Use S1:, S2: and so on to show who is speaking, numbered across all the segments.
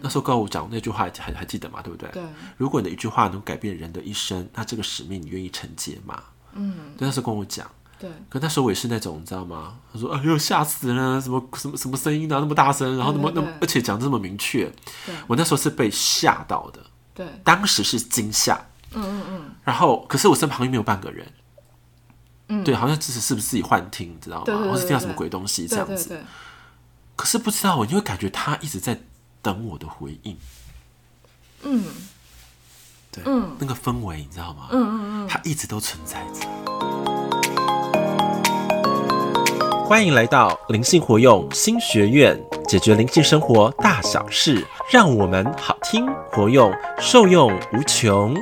S1: 那时候高我讲那句话还还还记得嘛？对不对？
S2: 嗯对，
S1: 如果你的一句话能改变人的一生，那这个使命你愿意承接吗？
S2: 嗯，
S1: 对，那时候跟我讲。
S2: 对，
S1: 可那时候我也是那种，你知道吗？他说：“哎呦，吓死人了！什么什么什么声音啊，那么大声，然后那么
S2: 对
S1: 那
S2: 对
S1: 么，而且讲得这么明确
S2: 对。”
S1: 我那时候是被吓到的，
S2: 对，
S1: 当时是惊吓。
S2: 嗯嗯嗯，
S1: 然后，可是我身旁又没有半个人。
S2: 嗯
S1: 对，好像只是是不是自己幻听，你知道吗？
S2: 对对对
S1: 我是听到什么
S2: 对
S1: 鬼东西这
S2: 对
S1: 样
S2: 对
S1: 子。
S2: 对，
S1: 可是不知道，我就会感觉他一直在等我的回应。
S2: 嗯
S1: 对，
S2: 嗯
S1: 那个氛围，你知道吗？
S2: 嗯嗯嗯，
S1: 它一直都存在着。欢迎来到灵性活用新学院，解决灵性生活大小事，让我们好听活用，受用无穷。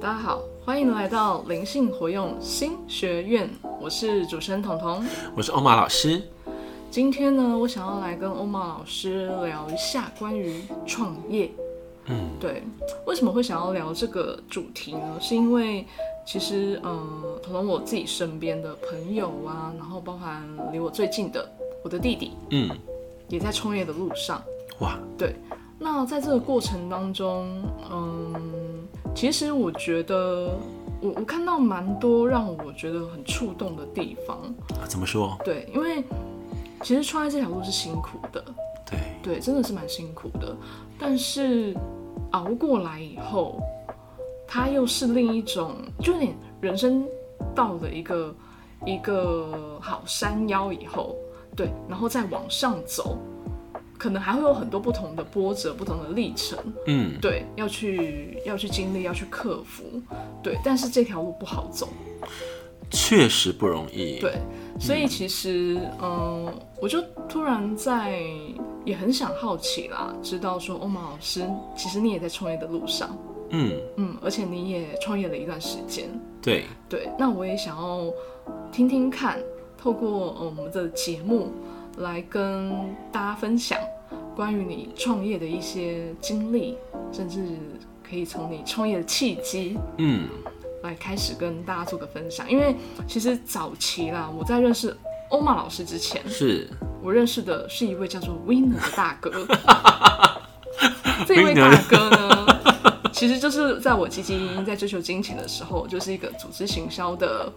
S2: 大家好，欢迎来到灵性活用新学院，我是主持人彤彤。
S1: 我是欧玛老师，
S2: 今天呢，我想要来跟欧玛老师聊一下关于创业。
S1: 嗯，
S2: 对，为什么会想要聊这个主题呢？是因为其实，嗯，可能我自己身边的朋友啊，然后包含离我最近的我的弟弟，
S1: 嗯，
S2: 也在创业的路上。
S1: 哇，
S2: 那在这个过程当中，嗯，其实我觉得我我看到蛮多让我觉得很触动的地方。
S1: 怎么说？
S2: 对，因为其实创业这条路是辛苦的，
S1: 对，
S2: 对，真的是蛮辛苦的。但是熬过来以后，它又是另一种，就有点人生到了一个一个好山腰以后，对，然后再往上走，可能还会有很多不同的波折、不同的历程，
S1: 嗯，
S2: 对，要去要去经历、要去克服，对。但是这条路不好走，
S1: 确实不容易。
S2: 对，所以其实，嗯、我就突然在也很想好奇啦，知道说欧玛老师，其实你也在创业的路上，
S1: 嗯，
S2: 嗯，而且你也创业了一段时间，
S1: 对，
S2: 对，那我也想要听听看，透过、呃我们的节目来跟大家分享关于你创业的一些经历，甚至可以从你创业的契机，
S1: 嗯，
S2: 来开始跟大家做个分享，因为其实早期啦，我在认识欧玛老师之前，
S1: 是
S2: 我认识的是一位叫做 Winner 的大 哥。这位大哥呢，其实就是在我积极在追求金钱的时候，就是一个组织行销的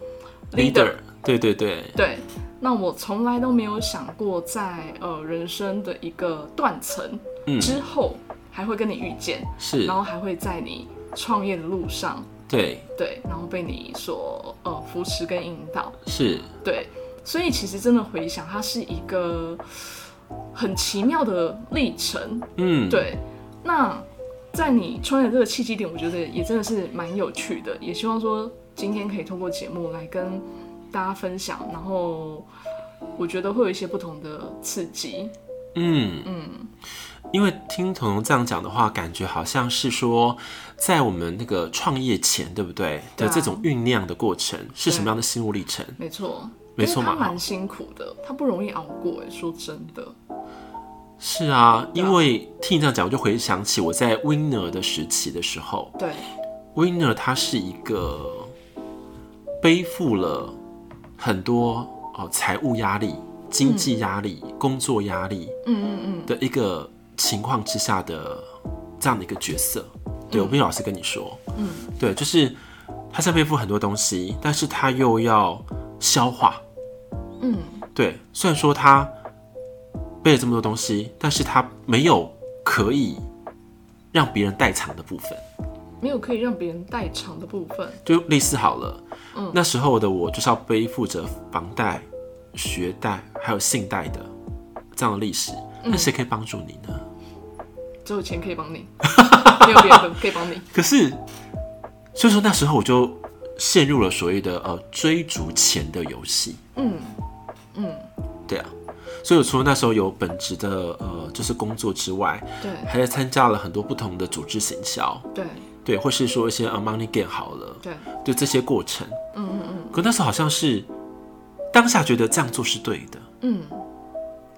S2: leader。
S1: 对对对，
S2: 对，那我从来都没有想过在呃人生的一个断层
S1: 嗯，
S2: 之后，还会跟你遇见，
S1: 是
S2: 然，后还会在你创业的路上
S1: 对，
S2: 对，然后被你所呃扶持跟引导，
S1: 是，
S2: 对，所以其实真的回想，它是一个很奇妙的历程，
S1: 嗯，，
S2: 对。那在你创业这个契机点，我觉得也真的是蛮有趣的，也希望说今天可以通过节目来跟大家分享，然后我觉得会有一些不同的刺激，
S1: 嗯。
S2: 嗯，
S1: 因为听彤彤这样讲的话，感觉好像是说，在我们那个创业前，对不对？
S2: 对
S1: 的
S2: 啊
S1: 这种酝酿的过程是什么样的心路历程？
S2: 没错，
S1: 没错嘛
S2: 因为它蛮辛苦的，它不容易熬过，哎，说真的，
S1: 是啊，
S2: 对啊
S1: 因为听你这样讲，我就回想起我在 Winner 的时期的时候
S2: 对，
S1: ，Winner 它是一个背负了很多哦财务压力、经济压力、工作压力
S2: 嗯嗯嗯，
S1: 的一个情况之下的这样的一个角色。对，我必须老实跟你说，
S2: 嗯，
S1: 对，就是他是背负很多东西，但是他又要消化。
S2: 嗯，
S1: 对，虽然说他背了这么多东西，但是他没有可以让别人代偿的部分，
S2: 没有可以让别人代偿的部分，
S1: 就类似好了。
S2: 嗯
S1: 那时候的我就是要背负着房贷、学贷还有信贷的这样的历史，
S2: 嗯
S1: 那谁可以帮助你呢？
S2: 只有钱可以帮你， 没有别的可以帮你。
S1: 可是，所以说那时候我就陷入了所谓的呃追逐钱的游戏。
S2: 嗯嗯，
S1: 对啊，所以我除了那时候有本职的呃就是工作之外，
S2: 对
S1: 还在参加了很多不同的组织行销，
S2: 对
S1: 对，或是说一些呃 money game 好了，
S2: 对，
S1: 对这些过程。
S2: 嗯嗯
S1: 可那时候好像是当下觉得这样做是对的，
S2: 嗯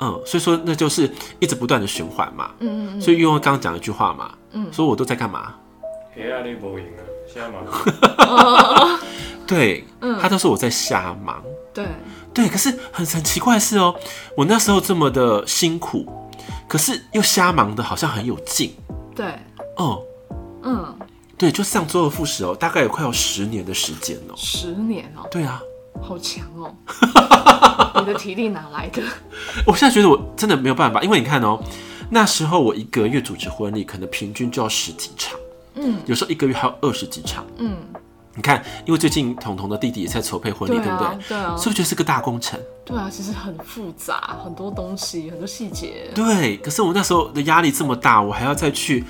S1: 嗯，所以说那就是一直不断的循环嘛。
S2: 嗯嗯嗯
S1: 所以用刚刚讲的一句话嘛，
S2: 嗯
S1: 说我都在干嘛？
S3: 黑暗的无用啊，现在吗？
S1: 对，
S2: 嗯
S1: 他都说我在瞎忙。
S2: 对，
S1: 对，可是很很奇怪的是哦，我那时候这么的辛苦，可是又瞎忙的，好像很有劲
S2: 对，
S1: 哦。
S2: 嗯，
S1: 对，就上周而复始哦，大概也快要十年的时间哦。
S2: 十年哦、
S1: 对啊，
S2: 好强 哦、你的体力哪来的？
S1: 我现在觉得我真的没有办法，因为你看哦，那时候我一个月主持婚礼，可能平均就要十几场，
S2: 嗯
S1: 有时候一个月还有二十几场。
S2: 嗯，
S1: 你看，因为最近彤彤的弟弟也在筹备婚礼，
S2: 对
S1: 对不
S2: 啊
S1: 对？，
S2: 对啊，
S1: 是不是觉得是个大工程？
S2: 对啊，其实很复杂，很多东西，很多细节。
S1: 对，可是我那时候的压力这么大，我还要再去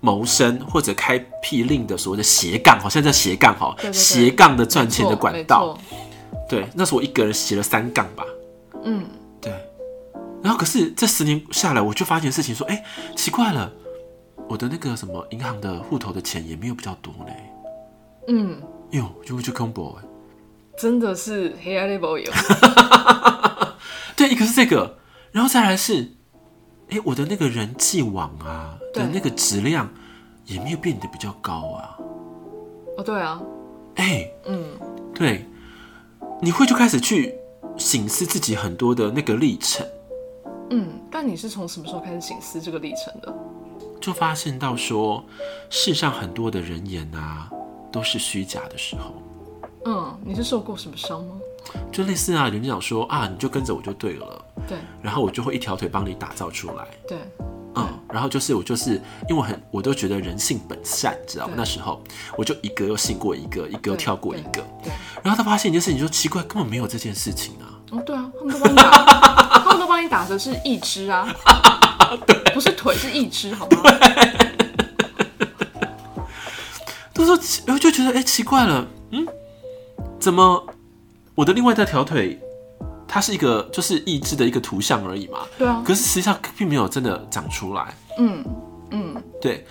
S1: 谋生或者开辟另的所谓的斜杠，好像叫斜杠哈
S2: 对，对对
S1: 斜杠的赚钱的
S2: 没错
S1: 管道。，对，那时候我一个人斜了三杠吧。
S2: 没错嗯，
S1: 对，然后可是这十年下来，我就发现事情说，哎、奇怪了，我的那个什么银行的户头的钱也没有比较多嘞。
S2: 嗯，
S1: 哟，就就 combo 哎，
S2: 真的是黑暗 level 有，
S1: 对，一个是这个，然后再来是，哎、我的那个人际网啊的
S2: 对
S1: 那个质量也没有变得比较高啊。
S2: 哦，对啊，
S1: 哎、
S2: 嗯，
S1: 对，你会就开始去醒思自己很多的那个历程，
S2: 嗯，但你是从什么时候开始醒思这个历程的？
S1: 就发现到说，世上很多的人言啊都是虚假的时候，
S2: 嗯，你是受过什么伤吗？
S1: 就类似啊，人家讲说啊，你就跟着我就对了，
S2: 对
S1: 然后我就会一条腿帮你打造出来。
S2: 对，
S1: 嗯，然后就是我就是因为我很我都觉得人性本善，你知道吗？
S2: 对
S1: 那时候我就一个又信过一个，一个又
S2: 对
S1: 跳过一
S2: 对
S1: 个，
S2: 对，
S1: 然后他发现一件事情，就奇怪，根本没有这件事情啊。
S2: 哦，对啊，他们都帮你打，他们都帮你打的是一只 啊，不是腿是一只，好吗？
S1: 都说奇，我就觉得哎、诶奇怪了，嗯，怎么我的另外一条腿，它是一个就是意志的一个图像而已嘛，
S2: 对啊，
S1: 可是实际上并没有真的长出来，
S2: 嗯嗯
S1: 对。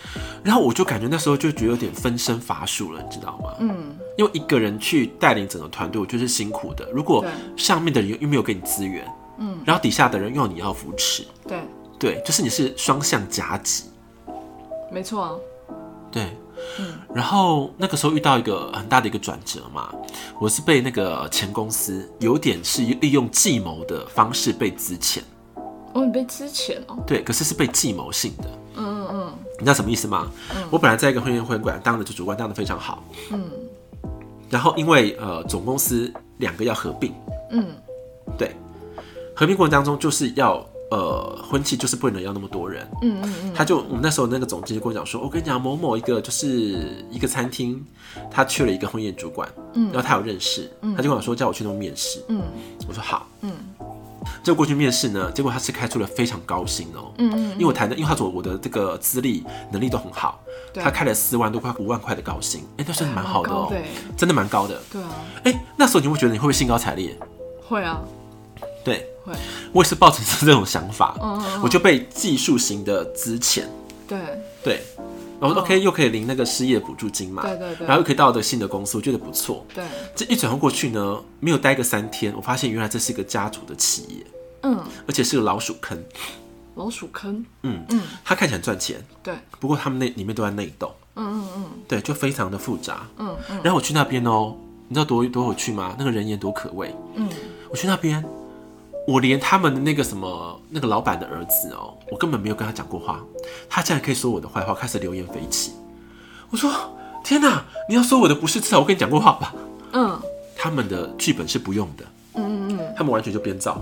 S1: 然后我就感觉那时候就觉得有点分身乏术了，你知道吗？
S2: 嗯，
S1: 因为一个人去带领整个团队，我觉得是辛苦的。如果
S2: 对
S1: 上面的人又没有给你资源，嗯，然后底下的人又要你要扶持，
S2: 对，
S1: 对，就是你是双向夹击，
S2: 没错啊，
S1: 对，
S2: 嗯
S1: 然后那个时候遇到一个很大的一个转折嘛，我是被那个前公司有点是利用计谋的方式被资遣，
S2: 哦，你被之前哦，
S1: 对，可是是被计谋性的，
S2: 嗯嗯
S1: 你知道什么意思吗？我本来在一个婚宴会馆当的主管，当的非常好，
S2: 嗯
S1: 然后因为呃总公司两个要合并，
S2: 嗯
S1: 对，合并过程当中就是要呃婚庆就是不能要那么多人，
S2: 嗯嗯
S1: 他就我们那时候那个总经理跟我讲说，我跟你讲某某一个就是一个餐厅，他去了一个婚宴主管，嗯，然后他有认识，他就跟我说叫我去那边面试，
S2: 嗯
S1: 我说好，
S2: 嗯，
S1: 就过去面试呢，结果他是开出了非常高薪哦、
S2: 嗯嗯，
S1: 因为我谈的，因为他说我的这个资历能力都很好，
S2: 对
S1: 他开了四万多块五万块的高薪，哎、那算是蛮好的哦、
S2: 对
S1: 真的蛮高的，
S2: 对啊，
S1: 哎、那时候你会觉得你会不会兴高采烈？
S2: 会啊
S1: 对
S2: 会，
S1: 我也是抱着这种想法，
S2: 嗯嗯嗯
S1: 我就被技术型的资遣。
S2: 对
S1: 对，然后说 OK 又可以领那个失业补助金嘛，
S2: 嗯对对对
S1: 然后又可以到的新的公司，我觉得不错。
S2: 对，
S1: 这一转换过去呢，没有待个三天，我发现原来这是一个家族的企业，
S2: 嗯，
S1: 而且是个老鼠坑。
S2: 老鼠坑，
S1: 嗯
S2: 嗯
S1: 它看起来很赚钱，
S2: 对，
S1: 不过他们那里面都在内斗，
S2: 嗯嗯
S1: 对，就非常的复杂。
S2: 嗯嗯
S1: 然后我去那边哦，你知道多多有趣吗？那个人言多可畏。
S2: 嗯
S1: 我去那边，我连他们的那个什么那个老板的儿子哦，我根本没有跟他讲过话，他竟然可以说我的坏话，开始流言蜚起。我说天哪，你要说我的不是，至少我跟你讲过话吧。
S2: 嗯嗯
S1: 他们的剧本是不用的，
S2: 嗯嗯
S1: 他们完全就编造，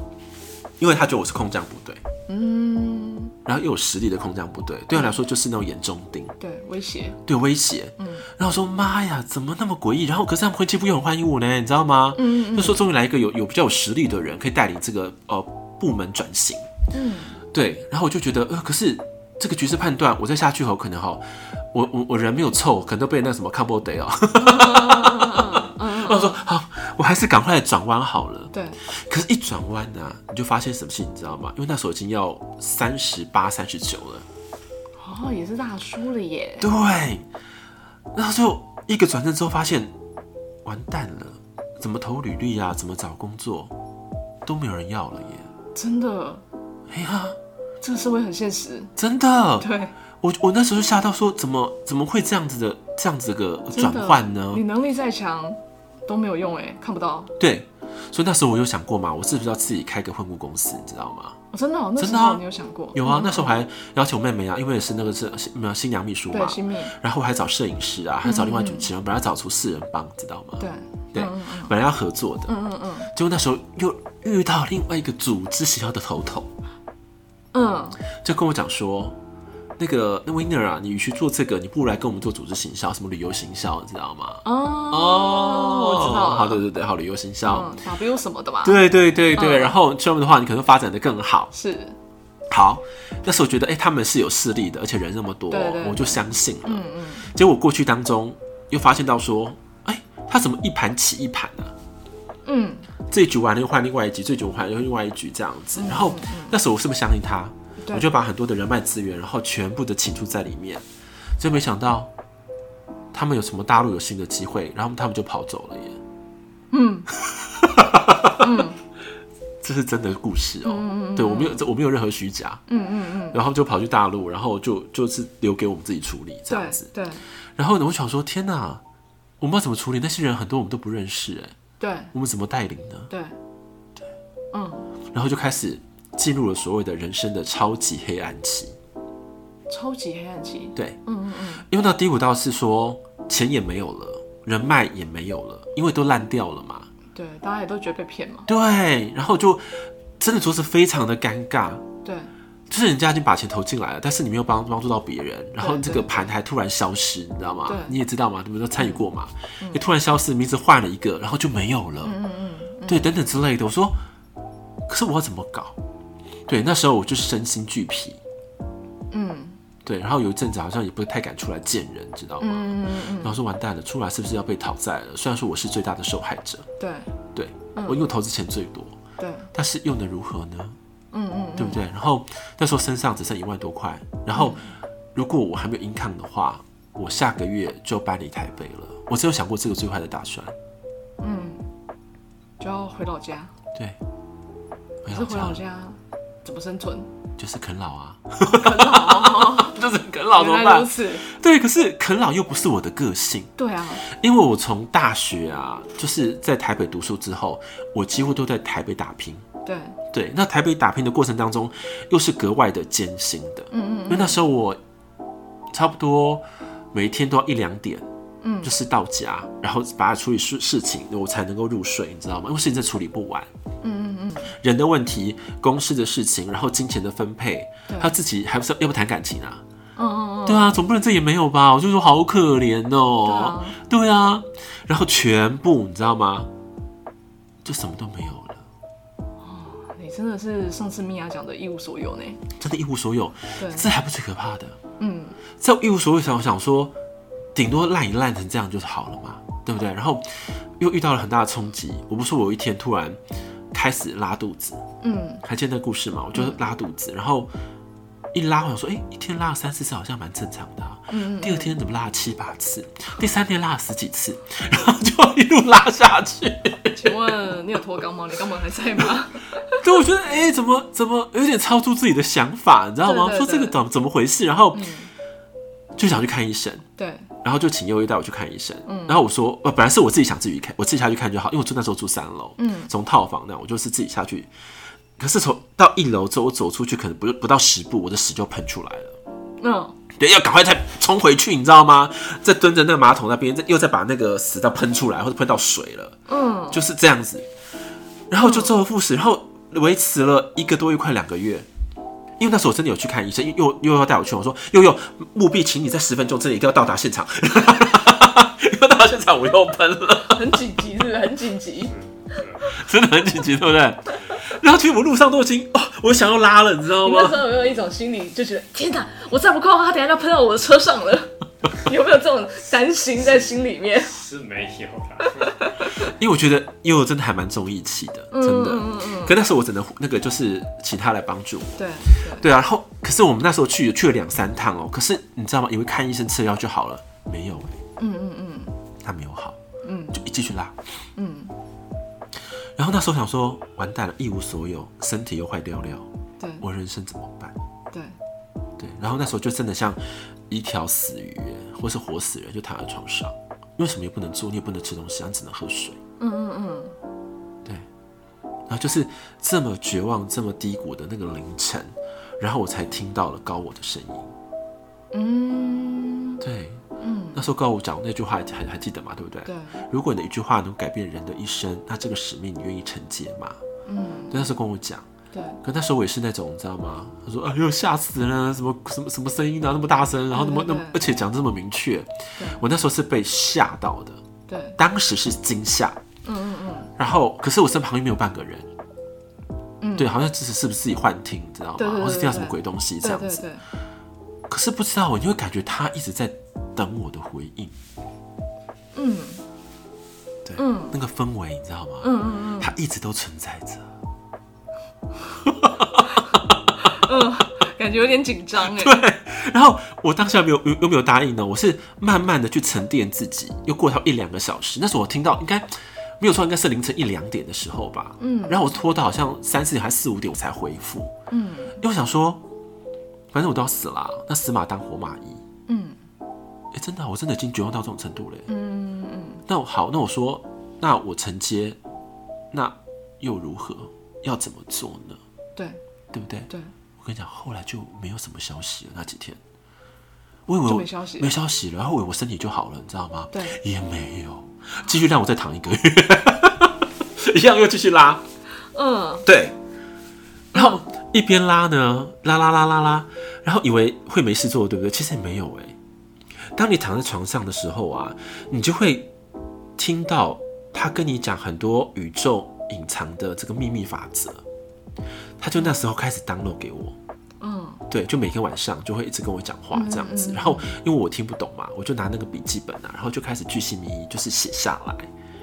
S1: 因为他觉得我是空降部队，
S2: 嗯，
S1: 然后又有实力的空降部队，对我来说就是那种眼中钉，
S2: 对，威胁，
S1: 对威胁。嗯，然后我说妈呀，怎么那么诡异？然后可是他们婚庆部又很欢迎我呢，你知道吗？
S2: 嗯嗯
S1: 就说终于来一个有有比较有实力的人，可以带领这个呃部门转型。
S2: 嗯
S1: 对，然后我就觉得，呃，可是这个局势判断，我再下去后可能哈，我我我人没有臭，可能都被那什么 combo day 哦。
S2: 嗯嗯
S1: 我说好，我还是赶快转弯好了。
S2: 对，
S1: 可是，一转弯呢、你就发现什么事，你知道吗？因为那时候已经要三十八、三十九了。
S2: 哦，也是大叔了耶，
S1: 对，然后就一个转身之后，发现完蛋了，怎么投履历啊，怎么找工作，都没有人要了耶。
S2: 真的，
S1: 哎呀，
S2: 这个社会很现实，
S1: 真的，
S2: 对，
S1: 我我那时候就吓到说，怎么怎么会这样子的这样子的
S2: 真
S1: 转
S2: 的
S1: 换呢？
S2: 你能力再强都没有用哎、看不到。
S1: 对，所以那时候我有想过嘛，我是不是要自己开个婚顾公司，你知道吗？
S2: 哦真的、哦，那
S1: 真
S2: 时
S1: 的啊
S2: 候你有想过？
S1: 有啊，
S2: 嗯
S1: 那时候还邀请我妹妹啊，因为是那个是新新娘秘书
S2: 对
S1: 嘛，
S2: 新密，嗯
S1: 然后我还找摄影师啊，还找另外主持人，本来要找出四人帮，知道吗？
S2: 对，
S1: 对
S2: 嗯嗯
S1: 本来要合作的，
S2: 嗯嗯嗯
S1: 结果那时候又遇到另外一个组织学校的头头，
S2: 嗯，
S1: 就跟我讲说，那个那 Winner 啊，你与其做这个，你不如来跟我们做组织行销，什么旅游行销，你知道吗？
S2: 哦，我知道了，
S1: 好，对对对，好，旅游行销，
S2: 嗯，W 什么的吧？，
S1: 对对对对，
S2: 嗯
S1: 然后这样的话，你可能发展的更好。
S2: 是，
S1: 好，那时候觉得，哎、他们是有势力的，而且人那么多，
S2: 对对对
S1: 我就相信了。
S2: 嗯嗯，
S1: 结果过去当中又发现到说，哎、他怎么一盘起一盘啊呢、
S2: 嗯，
S1: 这一局完了又换另外一局，这一局完了又另外一局这样子。然后那时候我是不是相信他？
S2: 嗯对
S1: 我就把很多的人脉资源，然后全部的倾注在里面。就没想到他们有什么大陆有新的机会，然后他们就跑走了耶。
S2: 嗯，
S1: 这是真的故事哦、对我没有这我没有任何虚假。
S2: 嗯嗯嗯，
S1: 然后就跑去大陆，然后就就是留给我们自己处理这样
S2: 对
S1: 子。
S2: 对
S1: 然后呢，我想说，天哪，我们要怎么处理那些人？很多我们都不认识，哎，
S2: 对
S1: 我们怎么带领呢？
S2: 对，嗯，
S1: 然后就开始进入了所谓的人生的超级黑暗期。
S2: 超级黑暗期，
S1: 对，
S2: 嗯嗯嗯，
S1: 因为到第五道是说钱也没有了，人脉也没有了，因为都烂掉了嘛。
S2: 对，大家也都觉得被骗嘛，
S1: 对，然后就真的说是非常的尴尬，
S2: 对
S1: 就是人家已经把钱投进来了，但是你没有帮帮助到别人，然后
S2: 对
S1: 这
S2: 对
S1: 个盘还突然消失，你知道吗
S2: 对？嗯
S1: 你也知道嘛，你们都参与过嘛，也突然消失，名字换了一个，然后就没有了，
S2: 嗯
S1: 对，等等之类的。我说，可是我要怎么搞？对，那时候我就是身心俱疲，
S2: 嗯
S1: 对，然后有一阵子好像也不太敢出来见人，知道吗？
S2: 嗯嗯
S1: 然后说完蛋了，出来是不是要被讨债了？虽然说我是最大的受害者，
S2: 嗯，对
S1: 对我因为我投资钱最多，
S2: 对，
S1: 但是又能如何呢？
S2: 嗯嗯
S1: 对不对？然后那时候身上只剩一万多块，然后
S2: 嗯
S1: 如果我还没有 income 的话，我下个月就搬离台北了。我只有想过这个最坏的打算，
S2: 嗯，就要回老家，
S1: 对，哎回
S2: 可是回
S1: 老
S2: 老
S1: 家
S2: 家怎么生存？
S1: 就是啃老啊，
S2: 啃老哦，
S1: 就是啃老怎么
S2: 原来如
S1: 办？
S2: 此，
S1: 对，可是啃老又不是我的个性，
S2: 对啊，
S1: 因为我从大学啊，就是在台北读书之后，我几乎都在台北打拼。
S2: 对，
S1: 对，那台北打拼的过程当中，又是格外的艰辛的。
S2: 嗯
S1: 因为那时候我差不多每一天都要一两点，
S2: 嗯
S1: 就是到家，然后把它处理事事情，我才能够入睡，你知道吗？因为事情真的处理不完，
S2: 嗯嗯嗯嗯，
S1: 人的问题、公司的事情，然后金钱的分配，
S2: 对
S1: 还有自己，还不是要不谈感情啊？
S2: 嗯嗯嗯，
S1: 对啊，总不能这也没有吧？我就说好可怜哦、对啊，然后全部你知道吗？就什么都没有了。
S2: 你真的是上次米娅讲的一无所有呢，
S1: 真的，一无所有，
S2: 对，
S1: 这还不是最可怕的。
S2: 嗯，
S1: 在一无所有上，我想说，顶多烂一烂成这样就好了嘛，对不对？然后又遇到了很大的冲击。我不是说我有一天突然开始拉肚子，
S2: 嗯，
S1: 还记得那个故事嘛？我就是拉肚子，然后一拉，我想说，哎、一天拉了三四次好像蛮正常的、啊。
S2: 嗯
S1: 第二天怎么拉了七八次？第三天拉了十几次，然后就一路拉下去。
S2: 请问你有脱肛吗？你肛门还在 吗？
S1: 对，我觉得哎、诶怎么怎么有点超出自己的想法，你知道吗？
S2: 对对
S1: 说这个
S2: 对嗯
S1: 怎么怎么回事？然后就想去看医生。
S2: 对，
S1: 然后就请悠悠带我去看医生。
S2: 嗯
S1: 然后我说，呃，本来是我自己想自己看，我自己下去看就好，因为我住那时候住三楼，
S2: 嗯
S1: 从套房那样我就是自己下去。可是从到一楼之后，我走出去可能不不到十步，我的屎就喷出来了。
S2: 嗯，
S1: 对，要赶快再冲回去，你知道吗？再蹲着那个马桶那边，再又再把那个屎再喷出来，或者喷到水了，
S2: 嗯，
S1: 就是这样子。然后就周而复始，然后维持了一个多月，快两个月。因为那时候我真的有去看医生，因为又又要带我去，我说悠悠，务必请你在十分钟之内一定要到达现场。 因为到达现场我又喷了，
S2: 很紧急，是不是？很紧急，
S1: 真的很紧急，对不对？然后其实我路上都已经哦，我想要拉了，你知道
S2: 你那时
S1: 吗？
S2: 候有没有一种心理就觉得天哪，我再不快花，他等一下就喷到我的车上了？ 有没有这种担心在心里面？
S3: 是没有啦，
S1: 因为我觉得悠悠真的还蛮重义气的，真的。
S2: 嗯嗯嗯，
S1: 可那时候我只能那个就是请他来帮助我。
S2: 对
S1: 对啊，然后可是我们那时候去去了两三趟哦，可是你知道吗？以为看医生吃了药就好了，没有哎、
S2: 嗯嗯嗯
S1: 他没有好，
S2: 嗯
S1: 就一继续拉。
S2: 嗯，
S1: 然后那时候想说，完蛋了，一无所有，身体又坏掉了，
S2: 对
S1: 我人生怎么办？
S2: 对，
S1: 对，然后那时候就真的像一条死鱼，或是活死人就躺在床上，因为什么也不能做，你也不能吃东西，你只能喝水。
S2: 嗯嗯嗯，
S1: 然后就是这么绝望、这么低谷的那个凌晨，然后我才听到了高我的声音。
S2: 嗯，
S1: 对，嗯，那时候高我讲那句话还还还记得嘛？对不对？
S2: 对，
S1: 如果你的一句话能改变人的一生，那这个使命你愿意承接吗？
S2: 嗯，
S1: 对，那时候跟我讲。
S2: 对，
S1: 可那时候我也是那种，你知道吗？他说：“哎呦，吓死人了！什么什么什么声音啊，那么大声，然后那么那么
S2: 对对，对
S1: 而且讲得这么明确。”我那时候是被吓到的，
S2: 对，
S1: 当时是惊吓，
S2: 嗯嗯嗯，
S1: 然后可是我身旁又没有半个人，
S2: 嗯
S1: 对，好像只是是不是自己幻听，你知道吗？
S2: 对对对
S1: 或是听到什么
S2: 对
S1: 鬼东西这
S2: 对
S1: 样
S2: 对
S1: 子。
S2: 对，
S1: 可是不知道，我就会感觉他一直在等我的回应，
S2: 嗯
S1: 对，
S2: 嗯
S1: 那个氛围你知道吗？
S2: 嗯嗯嗯，
S1: 它一直都存在着，
S2: 感觉有点紧张 哎，
S1: 然后我当下没有又又没有答应呢，我是慢慢的去沉淀自己，又过了一两个小时，那时候我听到应该没有错，应该是凌晨一两点的时候吧，
S2: 嗯
S1: 然后我拖到好像三四点还四五点我才回复，
S2: 嗯
S1: 因为我想说，反正我都要死啦，那死马当活马医，
S2: 嗯
S1: 哎、真的啊、我真的已经绝望到这种程度了耶。
S2: 嗯嗯，
S1: 那我好，那我说，那我承接，那又如何？要怎么做呢？
S2: 对
S1: 对不对？
S2: 对，
S1: 我跟你讲，后来就没有什么消息了。那几天，我以为
S2: 就
S1: 我
S2: 没消息了
S1: 没消息了，然后我以为我身体就好了，你知道吗？
S2: 对，
S1: 也没有，继续让我再躺一个月， 一样又继续拉，
S2: 嗯
S1: 对。然后一边拉呢，拉拉拉拉拉，然后以为会没事做，对不对？其实也没有哎、当你躺在床上的时候啊，你就会听到他跟你讲很多宇宙隐藏的这个秘密法则。他就那时候开始 download 给我，
S2: 嗯
S1: 对，就每天晚上就会一直跟我讲话这样子。
S2: 嗯嗯嗯
S1: 然后因为我听不懂嘛，我就拿那个笔记本啊，然后就开始巨细靡遗，就是写下来。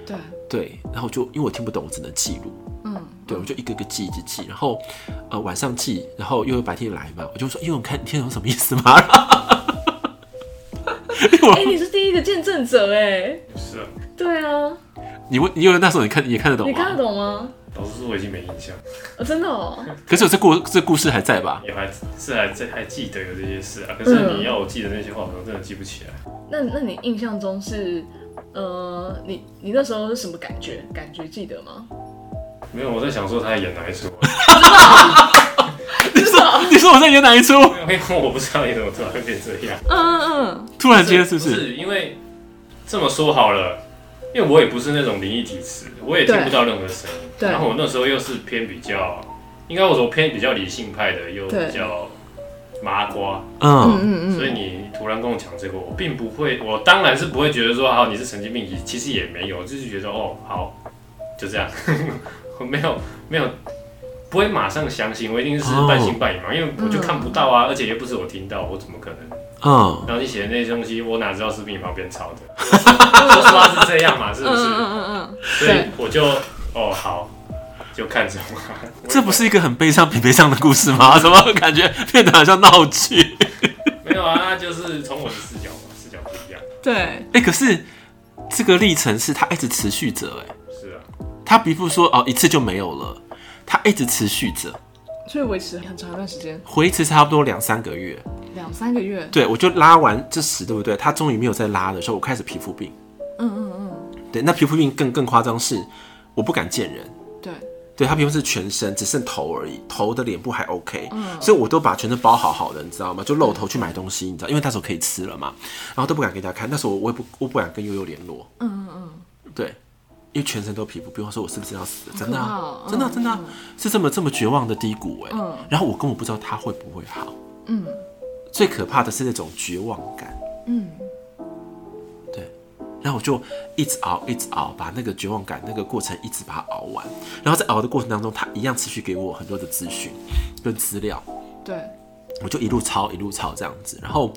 S2: 对，
S1: 对，然后就因为我听不懂，我只能记录。
S2: 嗯
S1: 对，我就一个一个记，一直记，然后呃晚上记，然后又有白天来嘛，我就说，因为我看你听得懂什么意思吗？
S2: 哎，你是第一个见证者哎，
S3: 是啊，
S2: 对啊，
S1: 你问，因为那时候你看也看得懂
S2: 你
S1: 吗？
S2: 看得懂吗？
S3: 老实说我已经没印象，
S2: 哦真的哦，
S1: 可是我这故这故事还在吧？
S3: 也还是还这还记得有这些事啊。可是
S2: 嗯
S3: 你要我记得那些话，我真的记不起来。
S2: 那那你印象中是，呃，你你那时候是什么感觉？感觉记得吗？
S3: 没有，我在想说他在演哪一出啊，
S1: 你说你说我在演哪一出？
S3: 因为我不知道你怎么突然会变这样。
S2: 嗯嗯
S1: 突然间是不是？
S3: 是因为这么说好了，因为我也不是那种灵异体质，我也听不到任何声音。
S2: 对
S3: 然后我那时候又是偏比较，应该我说偏比较理性派的，又
S2: 对
S3: 比较麻瓜，
S2: 嗯
S1: 嗯，
S2: 嗯
S3: 所以
S2: 嗯，
S3: 你突然跟我讲这个，我并不会，我当然是不会觉得说，啊好，你是神经病，其实也没有，就是觉得哦，好，就这样， 我没有没有，不会马上相信，我一定是半信半疑嘛，因为我就看不到啊，而且又不是我听到，我怎么可能？
S1: 嗯，
S3: 然后你写的那些东西，我哪知道是不是你旁边抄的？ 说实话是这样嘛，是不
S2: 嗯
S3: 是？
S2: 嗯嗯
S3: 所以我就哦好，就看着嘛。
S1: 这不是一个很悲伤、很悲伤的故事吗？ 怎么感觉变得好像闹剧？
S3: 没有啊，那就是从我的视角嘛，视角不一样。
S2: 嗯，对，
S1: 哎、可是这个历程是它一直持续着，哎，
S3: 是啊，
S1: 它并不是说哦一次就没有了，它一直持续着，
S2: 所以维持很长一段时间，
S1: 回一次差不多两三个月。
S2: 两三个月。
S1: 对，我就拉完这屎，对不对？它终于没有再拉的时候，我开始皮肤病。
S2: 嗯嗯
S1: 对，那皮肤病更更夸张是，我不敢见人。
S2: 嗯，对，
S1: 对，它皮肤是全身，只剩头而已，头的脸部还 OK，、
S2: 嗯
S1: 所以我都把全身包好好的，你知道吗？就露头去买东西，你知道，因为那时候可以吃了嘛，然后都不敢给大家看。那时候我也不，我不敢跟悠悠联络，
S2: 嗯嗯嗯，
S1: 对，因为全身都皮肤病，我说我是不是要死了？真的、
S2: 可怕
S1: 啊
S2: 哦，
S1: 真的啊、
S2: 嗯
S1: 真的啊、是这么这么绝望的低谷哎、
S2: 嗯
S1: 然后我根本不知道他会不会好，
S2: 嗯，
S1: 最可怕的是那种绝望感。
S2: 嗯，
S1: 对，然后我就一直熬，一直熬，把那个绝望感那个过程一直把它熬完。然后在熬的过程当中，他一样持续给我很多的资讯跟资料，
S2: 对，
S1: 我就一路抄一路抄这样子。然后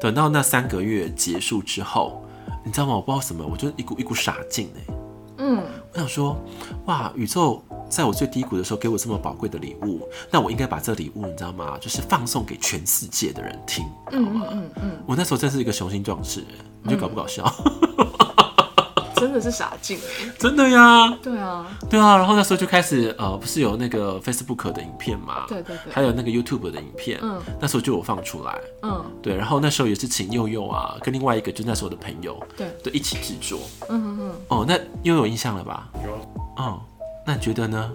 S1: 等到那三个月结束之后，你知道吗？我不知道什么，我就一股一股傻劲哎、
S2: 嗯，
S1: 我想说，哇，宇宙在我最低谷的时候给我这么宝贵的礼物，那我应该把这礼物，你知道吗？就是放送给全世界的人听，好吗？
S2: 嗯嗯嗯，
S1: 我那时候真是一个雄心壮志，你觉得搞不搞笑？
S2: 真的是傻劲哎。
S1: 真的呀，
S2: 对啊，
S1: 对啊。然后那时候就开始呃，不是有那个 Facebook 的影片嘛，
S2: 对对对
S1: 还有那个 YouTube 的影片，
S2: 嗯
S1: 那时候就有放出来。
S2: 嗯，
S1: 对，然后那时候也是请佑佑啊，跟另外一个就那时候的朋友，
S2: 对
S1: 对，一起制作。
S2: 嗯嗯嗯，
S1: 哦，那又有印象了吧？
S3: 有啊
S1: 哦，那你觉得呢？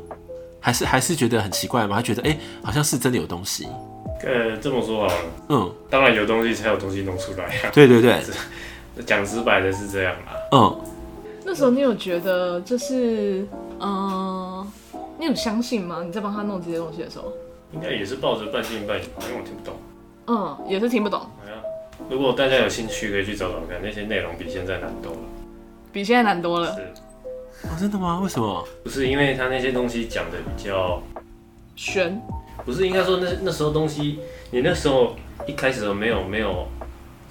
S1: 还是还是觉得很奇怪吗？还觉得哎、好像是真的有东西。
S3: 呃，这么说好了，
S1: 嗯，
S3: 当然有东西才有东西弄出来 啊。
S1: 对对对，
S3: 讲直白的是这样啦。
S1: 嗯，
S2: 那时候你有觉得就是嗯，你有相信吗？你在帮他弄这些东西的时候，
S3: 应该也是抱着半信半疑吧，因为我听不懂。
S2: 嗯，也是听不懂，
S3: 哎呀，如果大家有兴趣，可以去找找看，那些内容比现在难多了。
S2: 比现在难多了，
S3: 是
S1: 哦，真的吗？为什么？
S3: 不是因为他那些东西讲的比较，
S2: 悬，
S3: 不是应该说那那时候东西，你那时候一开始没有没有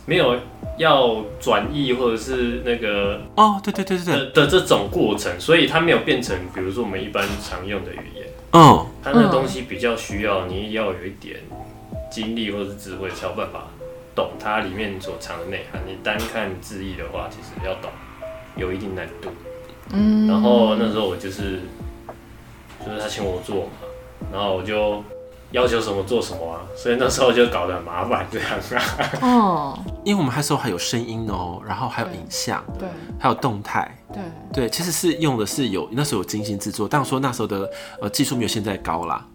S3: 没有要转译或者是那个
S1: 哦，对对对对对，
S3: 的的这种过程，所以它没有变成比如说我们一般常用的语言，
S1: 嗯，
S3: 它那东西比较需要你要有一点经历或是智慧才有办法懂它里面所藏的内涵。你单看字义的话，其实要懂有一定难度。
S2: 嗯，
S3: 然后那时候我就是，就是他请我做嘛，然后我就要求什么做什么啊，所以那时候就搞得很麻烦这样啊。
S2: 哦，
S1: 因为我们那时候还有声音哦，然后还有影像，
S2: 对
S1: 还有动态。
S2: 对，
S1: 对，其实是用的是有那时候有精心制作，当然说那时候的呃技术没有现在高啦，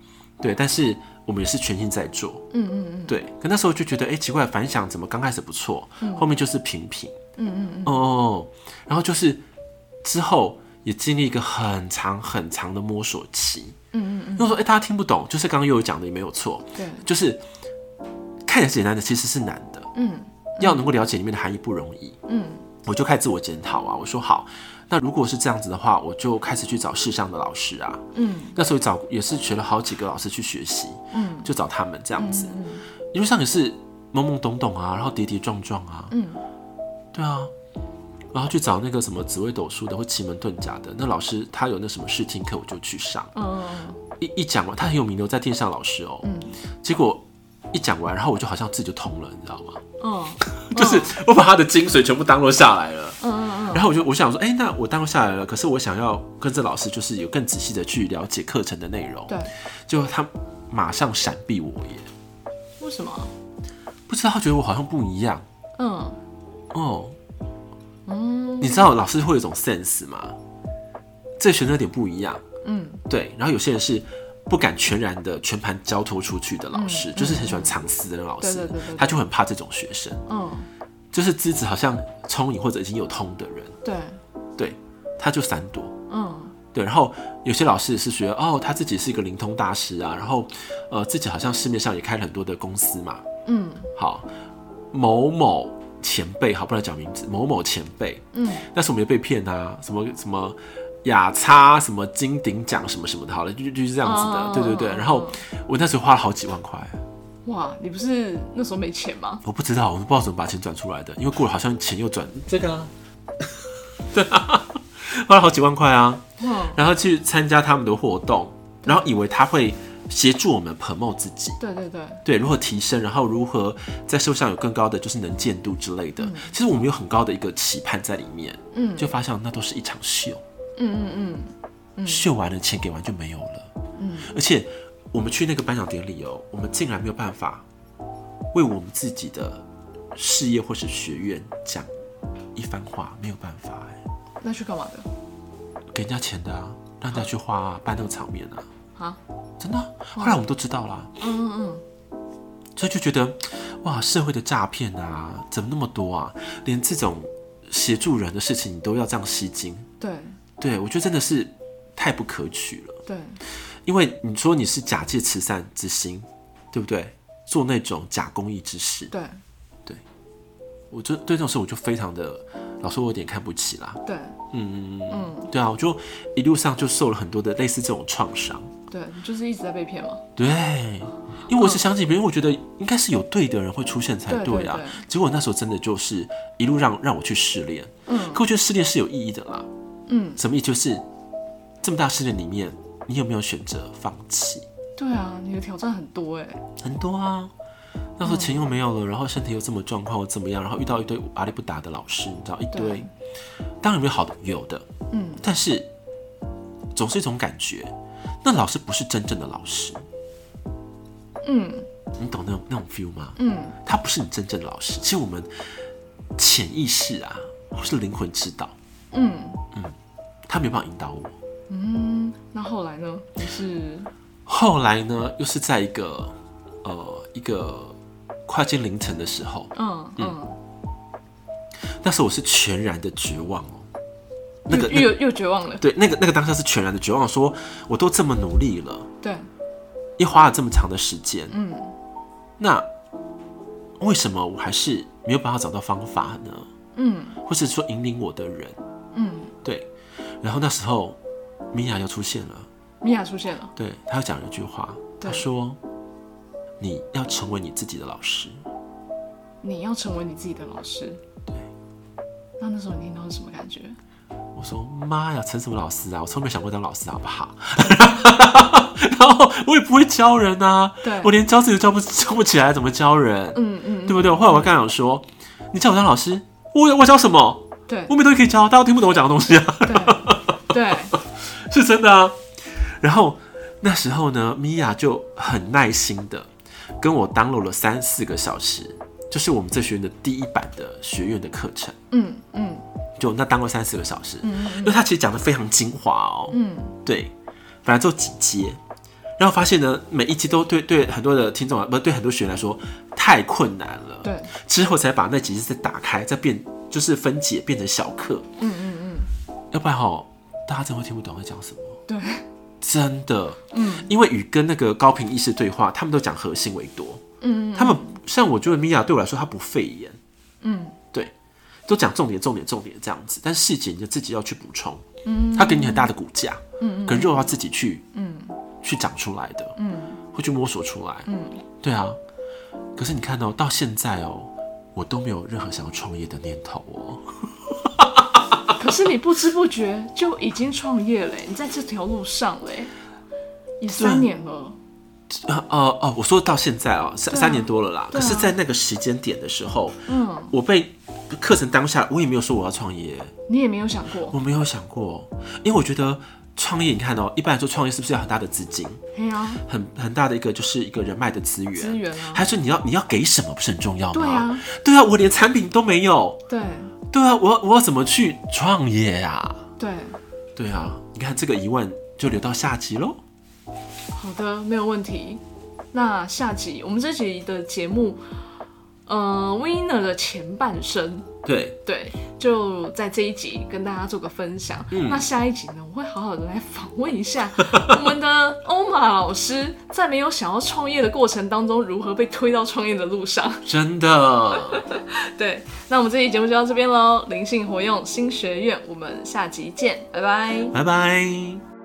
S1: 对，但是我们也是全心在做，
S2: 嗯嗯嗯
S1: 对，可那时候就觉得，哎、奇怪，反响怎么刚开始不错，后面就是平平，
S2: 嗯嗯嗯，
S1: 哦哦，哦然后就是之后也经历一个很长很长的摸索期。
S2: 嗯嗯嗯，
S1: 那时候，哎、大家听不懂，就是刚刚又有讲的也没有错，
S2: 对，
S1: 就是看起来是简单的，其实是难的，
S2: 嗯
S1: 要能够了解里面的含义不容易。
S2: 嗯
S1: 我就开始自我检讨啊，我说好，那如果是这样子的话，我就开始去找世上的老师啊。
S2: 嗯
S1: 那时候找也是学了好几个老师去学习，
S2: 嗯
S1: 就找他们这样子。
S2: 嗯
S1: 一路上也是懵懵懂懂啊，然后跌跌撞撞啊，
S2: 嗯
S1: 对啊，然后去找那个什么紫微斗数的或奇门遁甲的那老师，他有那什么试听课，我就去上。
S2: 嗯
S1: 一一讲完，他很有名的，在电视上老师哦、
S2: 嗯
S1: 结果一讲完，然后我就好像自己就通了，你知道吗？
S2: 嗯，
S1: 就是我把他的精髓全部当落下来了。
S2: 嗯嗯
S1: 然后我就我想说，哎、那我当下来了，可是我想要跟这老师就是有更仔细的去了解课程的内容
S2: 嗯，，对，
S1: 结果他马上闪避我耶，
S2: 为什么？
S1: 不知道他觉得我好像不一样
S2: 嗯
S1: 哦。
S2: 嗯
S1: 你知道老师会有一种 sense 吗？这个学生有点不一样，
S2: 嗯
S1: 对。然后有些人是不敢全然的全盘交托出去的老师，
S2: 嗯
S1: 就是很喜欢藏私的那种老师，
S2: 对对对对对
S1: 他就很怕这种学生，
S2: 嗯，
S1: 就是资质好像聪颖或者已经有通的人，
S2: 对，
S1: 对，他就闪躲。
S2: 嗯
S1: 对，然后有些老师是学哦，他自己是一个灵通大师啊，然后呃，自己好像市面上也开了很多的公司嘛，
S2: 嗯
S1: 好，某某前辈，好，不然讲名字，某某前辈，
S2: 嗯
S1: 但是我们也被骗啊，什么什么雅差什么金鼎奖什么什么的，好了，就就就是这样子的，
S2: 哦
S1: 对对对。然后我那时候花了好几万块，
S2: 哇，你不是那时候没钱吗？
S1: 我不知道，我不知道怎么把钱转出来的，因为过了好像钱又转这个、啊， 对啊，花了好几万块啊，
S2: 嗯，
S1: 然后去参加他们的活动，然后以为他会协助我们 promote 自己。
S2: 对对对，
S1: 对，如何提升，然后如何在社会上有更高的就是能见度之类的。其实我们有很高的一个期盼在里面，
S2: 嗯
S1: 就发现那都是一场秀。
S2: 嗯嗯
S1: 秀完了钱给完就没有了。
S2: 嗯
S1: 而且我们去那个颁奖典礼哦，我们竟然没有办法为我们自己的事业或是学院讲一番话，没有办法哎，
S2: 嗯，那去干嘛的？
S1: 给人家钱的啊，让人家去花啊，办那个场面啊，
S2: 啊，
S1: 真的啊、后来我们都知道啦，
S2: 嗯嗯
S1: 所以就觉得哇，社会的诈骗啊，怎么那么多啊？连这种协助人的事情你都要这样吸睛，
S2: 嗯，对
S1: 对我觉得真的是太不可取了。
S2: 对，
S1: 因为你说你是假借慈善之心，对不对？做那种假公益之事，
S2: 对
S1: 我就对这种事我就非常的，老实说我有点看不起啦。
S2: 对
S1: 嗯，
S2: 嗯
S1: 对啊，我就一路上就受了很多的类似这种创伤。
S2: 对，你就是一直在被骗嘛。
S1: 对，因为我是相信别人，我觉得应该是有对的人会出现才
S2: 对对
S1: 啊。
S2: 对
S1: 结果那时候真的就是一路让让我去失恋，
S2: 嗯
S1: 可我觉得失恋是有意义的啦。
S2: 嗯，
S1: 什么意思？就是这么大失恋里面，你有没有选择放弃？
S2: 对啊，你的挑战很多哎。
S1: 很多啊。那时候钱又没有了，然后身体又这么状况，我怎么样？然后遇到一堆阿力不达的老师，你知道一堆
S2: 对。
S1: 当然有没有好的有的，
S2: 嗯，
S1: 但是总是一种感觉，那老师不是真正的老师，
S2: 嗯
S1: 你懂那种那种 feel 吗？
S2: 嗯，
S1: 他不是你真正的老师，其实我们潜意识啊，或是灵魂知道，
S2: 嗯
S1: 他没办法引导我。
S2: 嗯，那后来呢？你是
S1: 后来呢，又是在一个呃一个快进凌晨的时候，
S2: 嗯嗯，
S1: 那时候我是全然的绝望哦，那
S2: 又
S1: 个那个
S2: 又又绝望了。
S1: 对那个那个当下是全然的绝望，说我都这么努力了，
S2: 对，
S1: 也花了这么长的时间，
S2: 嗯
S1: 那为什么我还是没有办法找到方法呢？
S2: 嗯
S1: 或是说引领我的人？
S2: 嗯，
S1: 对，然后那时候米娅又出现了，
S2: 米娅出现了。
S1: 对她又讲了一句话，
S2: 对
S1: 她说：“你要成为你自己的老师。
S2: 你要成为你自己的老师。
S1: 对。
S2: 那那时候你听到是什么感觉？”
S1: 我说：“妈呀，成什么老师啊？我从来没想过当老师，好不好？” 然后我也不会教人啊，
S2: 对
S1: 我连教自己都教不教不起来，怎么教人？
S2: 嗯嗯，
S1: 对不对？后来我刚想说，你叫我当老师，我我教什么？
S2: 对
S1: 我没东西可以教，大家都听不懂我讲的东西啊。
S2: 对对，
S1: 是真的啊。然后那时候呢，米娅就很耐心的跟我当录了三四个小时，就是我们这学院的第一版的学院的课程，
S2: 嗯嗯
S1: 就那当了三四个小时，
S2: 嗯
S1: 因为他其实讲的非常精华哦，
S2: 嗯，
S1: 对，本来就几节。然后发现呢，每一集都对对很多的听众啊，不对很多学员来说太困难了。
S2: 对，
S1: 之后才把那几集再打开，再变就是分解变成小课，
S2: 嗯嗯
S1: 要不然哈，大家真的会听不懂在讲什么。
S2: 嗯，对，
S1: 真的，
S2: 嗯，
S1: 因为与跟那个高频意识对话，他们都讲核心为多，
S2: 嗯
S1: 他们像我觉得米娅对我来说，她不费言，
S2: 嗯
S1: 对，都讲重点、重点、重点这样子，但细节你就自己要去补充，
S2: 嗯，
S1: 他给你很大的骨架，
S2: 嗯
S1: 可是肉要自己去
S2: 嗯
S1: 去长出来的，
S2: 嗯
S1: 会去摸索出来，
S2: 嗯，
S1: 对啊，可是你看哦，到现在哦。我都没有任何想要创业的念头哦，
S2: 可是你不知不觉就已经创业了，欸你在这条路上嘞，也三年了，
S1: 呃呃哦，我说到现在哦，三、
S2: 对啊
S1: 三年多了啦。
S2: 对
S1: 可
S2: 啊
S1: 是，在那个时间点的时候，
S2: 嗯，
S1: 我被课程当下，我也没有说我要创业，
S2: 你也没有想过，
S1: 我没有想过，因为我觉得创业，你看哦，一般来说创业是不是要很大的资金，
S2: 嘿呀，
S1: 很很大的一个就是一个人脉的资源，
S2: 资源啊
S1: 还是你要你要给什么不是很重要吗？
S2: 对啊，
S1: 对啊，我连产品都没有，
S2: 对
S1: 对啊，我要我要怎么去创业啊？
S2: 对，
S1: 对啊，你看这个疑问就留到下集喽。
S2: 好的，没有问题。那下集我们这集的节目，呃，Winner 的前半生，
S1: 对，
S2: 对，就在这一集跟大家做个分享。那下一集呢，我会好好的来访问一下 我们的欧玛老师，在没有想要创业的过程当中，如何被推到创业的路上。
S1: 真 的，
S2: 对，那我们这期节目就到这边喽，灵性活用新学院，我们下集见，拜拜。
S1: 拜拜。